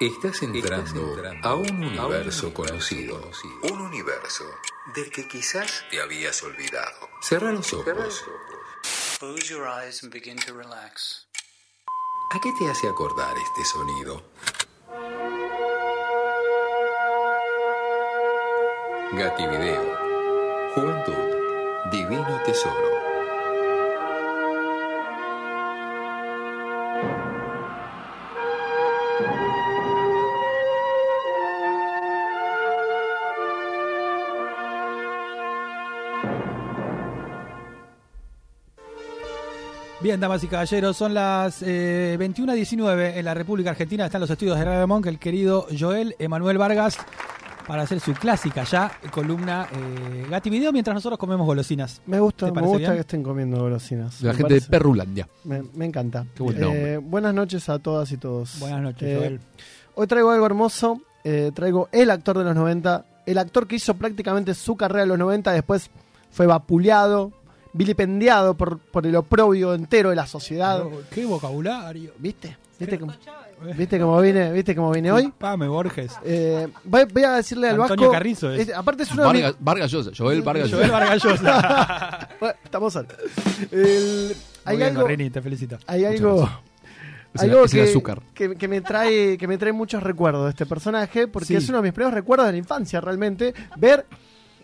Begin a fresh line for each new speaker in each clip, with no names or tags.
Estás entrando a un universo conocido. Un universo del que quizás te habías olvidado. Cerra los ojos.
Close your eyes and begin to relax.
¿A qué te hace acordar este sonido? Gativideo. Juventud. Divino tesoro.
Bien, damas y caballeros, son las eh, 21.19 en la República Argentina. Están los estudios de Radio Monk, el querido Joel Emanuel Vargas, para hacer su clásica ya columna eh, Gati Video mientras nosotros comemos golosinas.
Me gusta,
¿Te
me
parece
gusta
bien?
que estén comiendo golosinas.
La
Me
gente de
parece-
Perrulandia.
Me, me encanta. Eh,
Qué buen nombre.
buenas noches a todas y todos.
Buenas noches,
Eh,
Joel.
Hoy traigo algo hermoso. eh, traigo el actor de los 90. El actor que hizo prácticamente su carrera en los 90. Después fue vapuleado, vilipendiado por, por el oprobio entero de la sociedad.
Oh, qué vocabulario.
¿Viste? ¿Viste cómo, ¿viste cómo vine, ¿viste cómo vine hoy?
Pame Borges.
Eh, voy, voy a decirle al
Antonio
Vasco.
Carrizo es.
este, aparte es una.
Vargas, Vargas Llosa, Joel Vargas
Joel
Llosa.
Vargas Llosa.
Bueno, estamos cerca. El-
Muy
hay
bien,
algo.
Gorrini, te felicito.
Hay
Muchas
algo.
gracias. Es el-
algo
es
que,
el azúcar.
Que, que me trae, que me trae muchos recuerdos de este personaje, porque
Sí.
es uno de mis primeros recuerdos de la infancia, realmente. Ver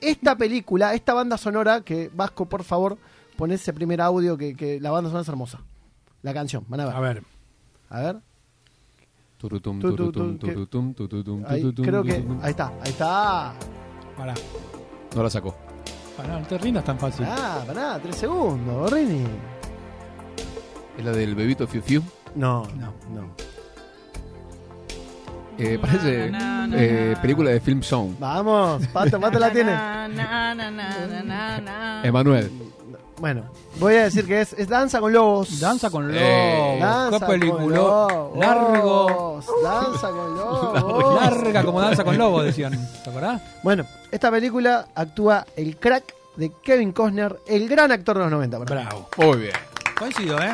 esta película, esta banda sonora, que Vasco, por favor, pon ese primer audio, que, que la banda sonora es hermosa. La canción, van a ver.
A ver.
A ver.
Turutum,
Tu, tu,
turutum,
tu, que-
turutum, turutum,
Ahí,
turutum,
creo que.
turutum.
Ahí está, ahí está.
Pará.
No la sacó.
Pará, no te rindas tan fácil.
Ah, pará, tres segundos, Rini.
Es la del bebito Fiu Fiu.
No,
No.
no, no.
Eh, parece eh, película de Film Sound.
Vamos, Pato, Pato la tiene.
Emanuel.
Bueno, voy a decir que es, es Danza con Lobos.
Danza con lobos.
Eh,
qué
Danza con
peliculón.
lobos.
Largo.
Danza con lobos.
Larga como danza con lobos, decían. ¿Te acordás?
Bueno, esta película actúa el crack de Kevin Costner, el gran actor de los 90. por ejemplo.
Bravo.
Muy bien.
Coincido, ¿eh?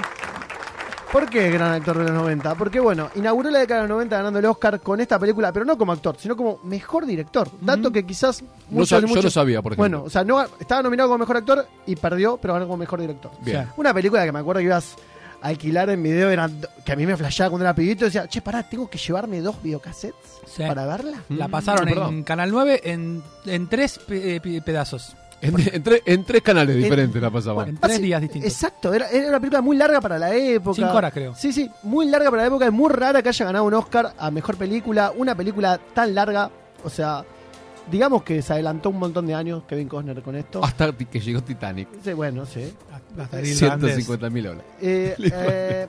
¿Por qué el gran actor de los 90? Porque, bueno, inauguró la década de los 90 ganando el Oscar con esta película, pero no como actor, sino como mejor director. Dato que quizás
No
muchos,
sab- yo
muchos-
no sabía, por ejemplo.
Bueno, o sea, no, estaba nominado como mejor actor y perdió, pero ganó como mejor director.
Bien.
O sea,
Una película que me acuerdo que ibas a alquilar en video, era, que a mí me flashaba cuando era pibito, decía, che, pará, tengo que llevarme dos videocassettes
Sí.
para verla.
La
Mm,
pasaron en
perdón.
Canal 9 en, en tres pe- eh, pe- pedazos.
En, en tres- en tres canales diferentes la pasaban.
En tres
Así-
días distintos.
Ah, Exacto, era, era una película muy larga para la época.
Cinco horas, creo.
Sí, sí, muy larga para la época. Es muy rara que haya ganado un Oscar a mejor película. Una película tan larga, o sea, digamos que se adelantó un montón de años Kevin Costner con esto.
Ah.
Hasta que llegó Titanic.
Sí, bueno, sí.
Hasta Neil Andes.
150 mil dólares.
Eh, eh,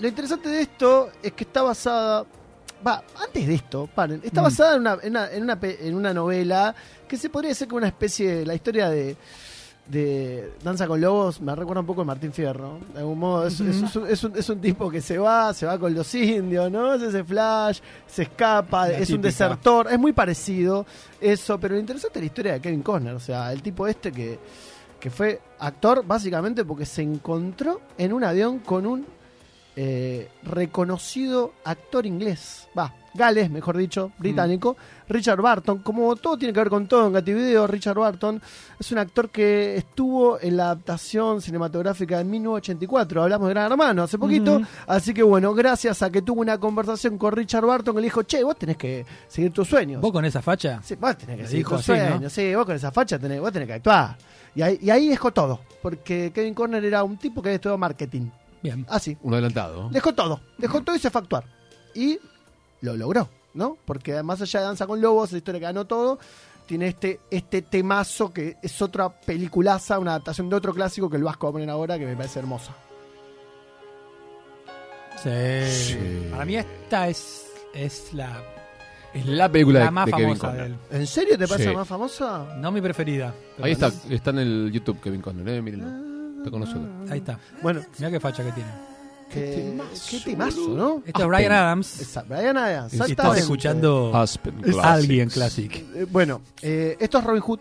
lo interesante de esto es que está basada. Va, antes de esto, paren. Está
Mm.
basada en una, en, una, en, una, pe- en una novela que se podría decir como una especie de. La historia de. de Danza con Lobos me recuerda un poco a Martín Fierro. De algún modo, es, es un- es un, es un tipo que se va, se va con los indios, ¿no? Es ese flash, se escapa,
La
es un
típica.
desertor. Es muy parecido eso, pero lo interesante es la historia de Kevin Costner. O sea, el tipo este que que fue actor básicamente porque se encontró en un avión con un eh, reconocido actor inglés, va, gales, mejor dicho,
Mm.
británico, Richard Barton. Como todo tiene que ver con todo en Gativideo, Richard Barton es un actor que estuvo en la adaptación cinematográfica de 1984. Hablamos de Gran Hermano hace poquito.
Ujú.
Así que bueno, gracias a que tuvo una conversación con Richard Barton que le dijo, che, vos tenés que seguir tus sueños.
Vos con esa facha.
Sí, vos tenés que
Le
seguir
dijo
con
así, ¿no?
sueños, sí, vos con esa facha tenés, vos tenés que actuar. Y ahí, y ahí dejó todo, porque Kevin Corner era un tipo que había estudiado marketing. Ah,
Bien.
Así,
Un adelantado.
dejó todo, dejó todo y se fue a actuar. Y lo logró, ¿no? Porque más allá de Danza con Lobos, la historia que ganó todo, tiene este, este temazo que es otra peliculaza, una adaptación de otro clásico que el Vasco va a poner ahora que me parece hermosa.
Sí.
Sí.
Para mí esta es, es la,
Es la película
la
de,
más
de Kevin
famosa
Costner.
de él.
¿En serio te parece
Sí.
la más famosa?
No mi preferida. pero
Ahí está,
es-
está en el YouTube Kevin Costner, eh, mírenlo. Está con nosotros.
Ahí está.
Bueno,
Mira qué facha que tiene.
qué, Eh, qué temazo, ¿no?
Este es
Aspen.
Brian Adams.
Esa, Brian Adams,
Si estás
Ah, exactamente.
escuchando
Aspen Classics.
alguien Classic.
Eh, bueno, eh, esto es Robin Hood.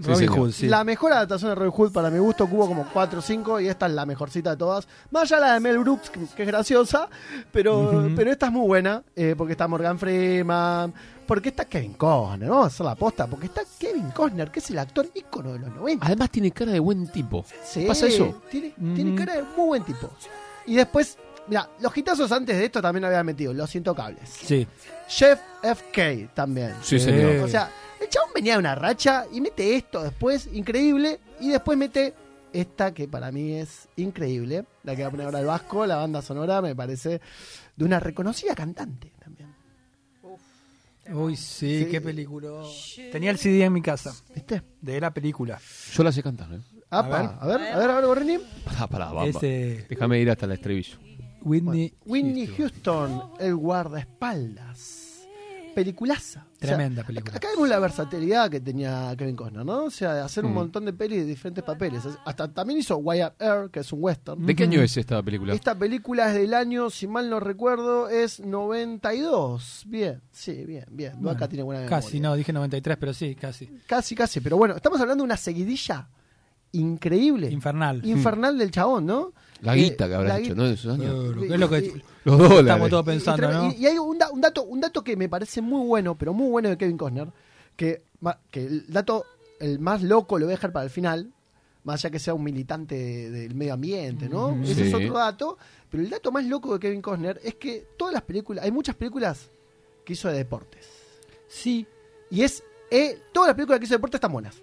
Robin
señor.
Hood, sí.
La mejor adaptación de Robin Hood para mi gusto cubo como 4 o 5 y esta es la mejorcita de todas. Más allá de la de Mel Brooks, que que es graciosa, pero, pero esta es muy buena eh, porque está Morgan Freeman, porque está Kevin Costner, vamos a hacer la posta, porque está Kevin Costner, que es el actor ícono de los 90.
Además tiene cara de buen tipo.
Sí,
Ah, ¿Pasa eso?
Tiene, tiene
Ujú.
cara de muy buen tipo. Y después, mira, los hitazos antes de esto también había metido, Los Intocables.
Sí.
Chef FK también.
Sí,
Eh,
señor.
O sea, el chabón venía de una racha y mete esto después, increíble, y después mete esta que para mí es increíble, la que va a poner ahora el Vasco, la banda sonora, me parece, de una reconocida cantante también.
Uy, sí,
Sí.
qué película. Tenía el CD en mi casa,
¿Viste?
de la película.
Yo la sé cantar, ¿eh?
Apa, a ver, a ver, a ver, Borrini.
Pará, pará, vamos.
Ese
Déjame ir hasta el estribillo.
Whitney.
Whitney Houston, el guardaespaldas. Peliculaza. O sea,
Tremenda película.
Acá vemos la versatilidad que tenía Kevin Costner, ¿no? O sea, de hacer
Mm.
un montón de pelis de diferentes papeles. Hasta también hizo Wyatt Earp, que es un western.
¿De qué año es esta película?
Esta película es del año, si mal no recuerdo, es 92. Bien, sí, bien, bien. Acá
Bueno,
tiene buena memoria.
Casi, no, dije 93, pero sí, casi.
Casi, casi. Pero bueno, estamos hablando de una seguidilla increíble.
Infernal.
Infernal del chabón, ¿no?
La
Eh,
guita que
la
habrá hecho,
guita. Ah.
¿no? En esos años.
Claro, que es lo que
Y-
Los
estamos
dólares.
todos
Y-
pensando,
y-
¿no?
Y, hay un, da- un dato, un dato que me parece muy bueno, pero muy bueno de Kevin Costner, que, ma- que el dato, el más loco lo voy a dejar para el final, más allá que sea un militante de- del medio ambiente, ¿no?
Mm,
Ese es
Sí.
otro dato, pero el dato más loco de Kevin Costner es que todas las películas, hay muchas películas que hizo de deportes.
Sí.
Y es, eh, todas las películas que hizo de deportes están buenas.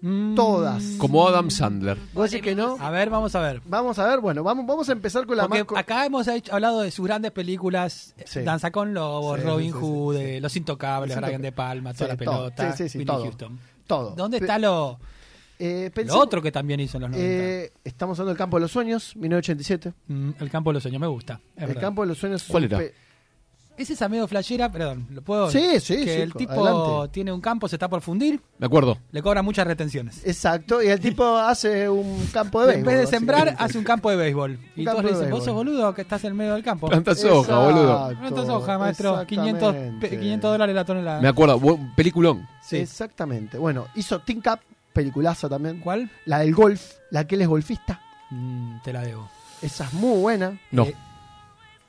Mm.
Todas.
Como Adam Sandler.
¿Vos decís que no?
A ver, vamos a ver.
Vamos a ver, bueno, vamos, vamos a empezar con la
Porque
más... co-
acá hemos hecho- hablado de sus grandes películas,
Sí.
Danza con Lobos,
Sí,
Robin
sí, sí,
Hood,
sí, sí.
eh, Los Intocables,
Los
Brian
Intocables.
de Palma, toda
Sí,
la
todo.
pelota,
Sí, sí, sí,
Whitney
todo.
Houston.
Todo.
¿Dónde
Pe-
está lo,
eh,
lo
pensemos-
otro que también hizo en
Ah,
los 90?
Eh, estamos hablando del campo de los sueños, 1987.
Mm, el campo de los sueños, me gusta. es
el
verdad.
campo de los sueños. es
¿Cuál
un
era?
pe-
Es esa medio flashera, perdón, ¿lo puedo?
Sí, sí,
Que
sí,
el tipo
adelante.
tiene un campo, se está por fundir,
Me acuerdo.
le cobran muchas retenciones.
Exacto, y el tipo hace un campo de
en
béisbol.
vez de sembrar,
básicamente.
hace un campo de béisbol. Y
campo
todos le
de
dicen, vos sos
béisbol.
boludo que estás en medio del campo.
Planta soja,
Exacto,
boludo.
Plantas hoja, maestro. 500,
exactamente.
pe- 500 dólares la tonelada.
Me acuerdo. Buen peliculón.
Sí.
Exactamente. Bueno, hizo Team Cup, peliculaza también.
¿Cuál?
La del golf, la que él es golfista.
Mm, te la debo.
Esa es muy buena.
No.
Eh,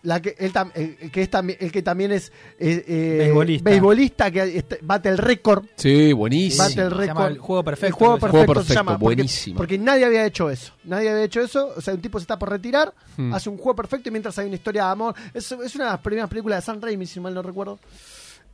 La que, él tam- el, el que es también, el que también es eh, eh,
Beisbolista.
beisbolista, que este, bate el récord.
Sí,
Bate
buenísimo.
el
Se llama
récord.
el juego perfecto.
El juego
creo
perfecto,
Juego
se
perfecto,
llama. porque-
buenísimo.
Porque, nadie había hecho eso. Nadie había hecho eso. O sea, un tipo se está por retirar,
Hmm.
hace un juego perfecto y mientras hay una historia de amor. Es, es una de las primeras películas de San Raimi, si mal no recuerdo.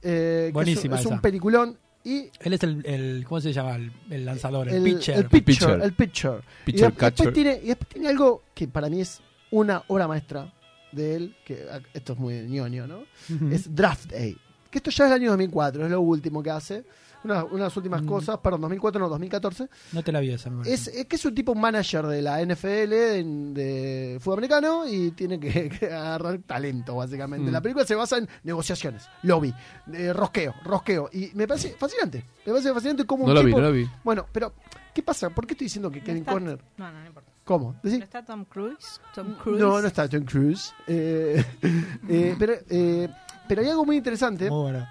Eh, que
Buenísima
Es, un- es
esa.
un peliculón. Y
que- Él es el, el- ¿cómo se llama? El, el lanzador, el, pitcher.
El pitcher.
Pitcher.
El pitcher.
Pitcher
y de- después,
catcher.
tiene, y después tiene algo que para mí es una obra maestra de él. que ah, Esto es muy ñoño, ¿no?
Ujú.
es Draft Day. Que esto ya es el año 2004, es lo último que hace. Una, una de las últimas
Mm.
cosas, perdón, 2004, no, 2014.
No te la vi esa, me parece.
Es, es que es un tipo un manager de la NFL, de, de fútbol americano, y tiene que, que agarrar talento, básicamente.
Mm.
La película se basa en negociaciones, lobby, eh, rosqueo, rosqueo. Y me parece fascinante. Me parece fascinante cómo
No
un
la vi,
tipo...
no la vi.
Bueno, pero, ¿qué pasa? ¿Por qué estoy diciendo que Kevin
está-
Conner...
No, no, no importa.
¿Cómo? Decí.
¿No está Tom Cruise? Tom Cruise.
No, no está Tom Cruise. Eh, eh, pero, eh, pero hay algo muy interesante
Muy bueno.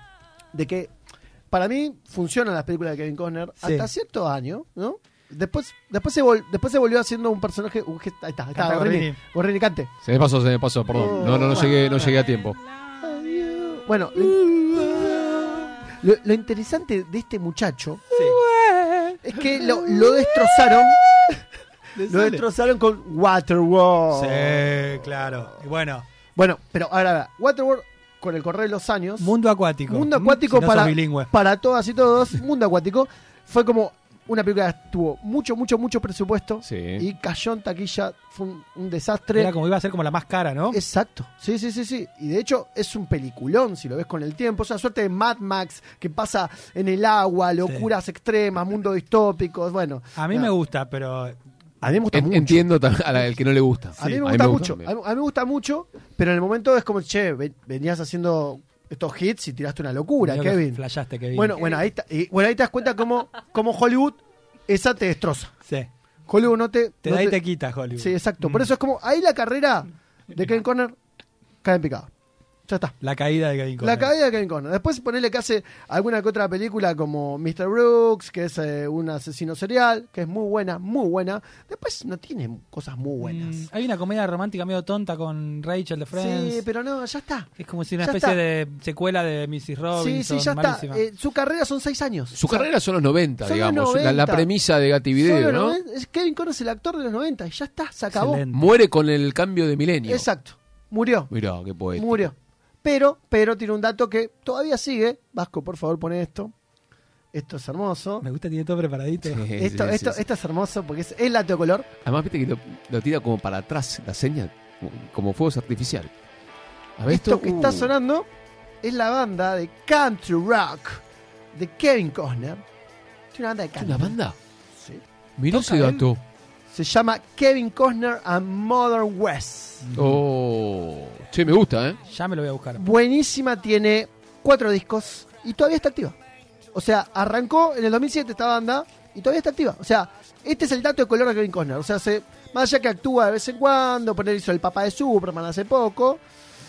de que para mí funcionan las películas de Kevin Costner
Sí.
hasta cierto año, ¿no? Después, después, se vol- después se volvió haciendo un personaje. un gest- ahí está, ahí está,
Canta
Gorrini.
Gorrini.
Gorrini, cante.
Se me pasó, se me pasó,
Oh,
perdón. No, no, no llegué, no llegué a tiempo.
Bueno, lo, lo interesante de este muchacho
Sí.
es que lo, lo destrozaron. Lo destrozaron con Waterworld.
Sí, claro. Y bueno,
Bueno, pero ahora, ahora, Waterworld, con el correr de los años.
Mundo Acuático.
Mundo
Mm,
Acuático
si no sos
para,
bilingüe.
para todas y todos. Mundo Acuático fue como una película que tuvo mucho, mucho, mucho presupuesto
Sí.
y cayó en taquilla. Fue un, un desastre.
Era como iba a ser como la más cara, ¿no?
Exacto. Sí, sí, sí, sí. Y de hecho es un peliculón, si lo ves con el tiempo. Es una suerte de Mad Max que pasa en el agua, locuras extremas, mundos distópicos. Bueno,
A mí
nada.
me gusta, pero
A mí me gusta
En-
mucho.
entiendo tam- a la- al que no le gusta.
a mí me gusta mucho. A mí, a mí me gusta mucho, pero en el momento es como, che, ven- venías haciendo estos hits y tiraste una locura,
medio que
Kevin.
flashaste, Kevin.
Bueno, bueno, ahí, ta- y, bueno, ahí te das cuenta cómo, cómo Hollywood esa te destroza.
sí.
Hollywood no te.
Te
no
da y te quita, Hollywood.
Sí, exacto.
Mm.
Por eso es como. Ahí la carrera de Kevin Conner cae en picado. Ya está.
La caída de Kevin Costner.
La caída de Kevin Costner. Después ponele que hace alguna que otra película como Mr. Brooks, que es eh, un asesino serial, que es muy buena, muy buena. Después no tiene cosas muy buenas.
Mm, hay una comedia romántica medio tonta con Rachel de Friends.
Sí, pero no, ya está.
Es como si una
Ya
especie
está.
de secuela de Mrs. Robinson.
Sí, sí, ya
malísima.
está. Eh, su carrera son seis años.
Su
O sea,
carrera son los 90,
son los
digamos. la- La,
90.
premisa de Gatti
son los
Video, ¿no?
90. Es Kevin Costner es el actor de los 90. y Ya está, se acabó.
Excelente.
Muere con el cambio de milenio.
Exacto. Murió.
Mirá, qué poeta.
Murió. Pero, pero tiene un dato que todavía sigue. Vasco, por favor, pone esto. Esto es hermoso.
Me gusta, tiene todo preparadito.
Sí,
Esto,
sí, sí,
esto,
sí.
esto es hermoso porque es el dato de color.
Además, viste que lo, lo tira como para atrás la señal, como- como fuegos artificial. A ver,
Esto, que está
uh,
sonando es la banda de country rock de Kevin Costner. Es una banda de
¿Es
country.
una banda?
Sí.
Mirá
¿eh?
ese dato.
Se llama Kevin Costner and Modern West.
Oh. Che, me gusta, ¿eh?
Ya me lo voy a buscar.
Buenísima, tiene cuatro discos y todavía está activa. O sea, arrancó en el 2007 esta banda y todavía está activa. O sea, este es el dato de color de Kevin Costner. O sea, se, más allá que actúa de vez en cuando, por él hizo el papá de Superman hace poco.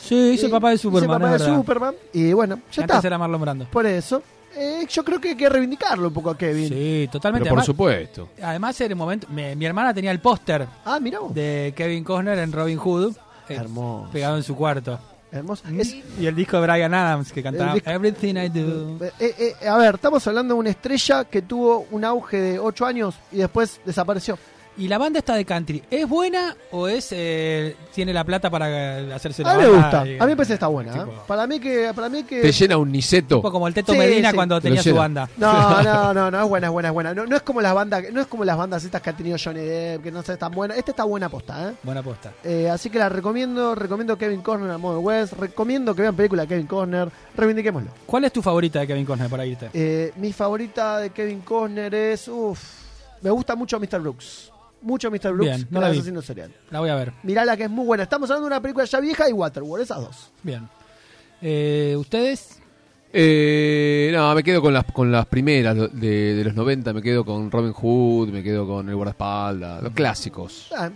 Sí, hizo
Eh,
el papá de
hizo
Superman.
el papá
es
de
verdad.
Superman. Y bueno, ya
Antes
está.
era Marlon Brando.
Por eso, eh, yo creo que hay que reivindicarlo un poco a Kevin.
Sí,
Pero
totalmente.
por
Además,
supuesto.
además, en el momento, mi, mi hermana tenía el póster
Ah, mirá vos.
de Kevin Costner en Robin Hood. eh,
Hermoso.
Pegado en su cuarto.
Hermoso.
Mm.
Es-
Y el disco de Brian Adams que cantaba
El disco-
Everything I Do.
eh, eh, eh, a ver, estamos hablando de una estrella que tuvo un auge de 8 años y después desapareció.
¿Y la banda esta de country es buena o es eh, tiene la plata para eh, hacerse la
A mí me
banda
gusta. A
y-
mí me parece que está buena. ¿eh?
tipo-
Para mí que... Para mí que
Te llena un niceto.
Un poco como el Teto
Sí,
Medina
sí.
cuando
Te lo
tenía su
llena.
banda.
No, no, no, no, es buena, es buena, es buena. No, no es como las bandas, no es como las bandas estas que ha tenido Johnny Depp, que no sé tan buena. Esta está buena posta, ¿eh?
Buena aposta.
Eh, así que la recomiendo, recomiendo Kevin Costner a modo West, recomiendo que vean película de Kevin Costner, reivindiquémoslo.
¿Cuál es tu favorita de Kevin Costner para irte?
Eh, mi favorita de Kevin Costner es. Uf, me gusta mucho Mr. Brooks. Mucho Mr. Brooks,
Bien, no
no
la vi.
asesino serial.
La voy a ver.
Mirá la que es muy buena. Estamos hablando de una película ya vieja y Waterworld, esas dos.
Bien. Eh, ¿Ustedes?
Eh, no, me quedo con las, con las primeras de, de los 90. Me quedo con Robin Hood, me quedo con El Guardaespaldas. Los clásicos.
Ah,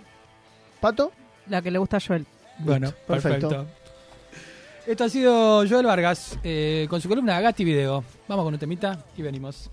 Pato,
La que le gusta a Joel.
Bueno, perfecto.
perfecto.
Esto ha sido Joel Vargas eh, con su columna Gatti Video. Vamos con un temita y venimos.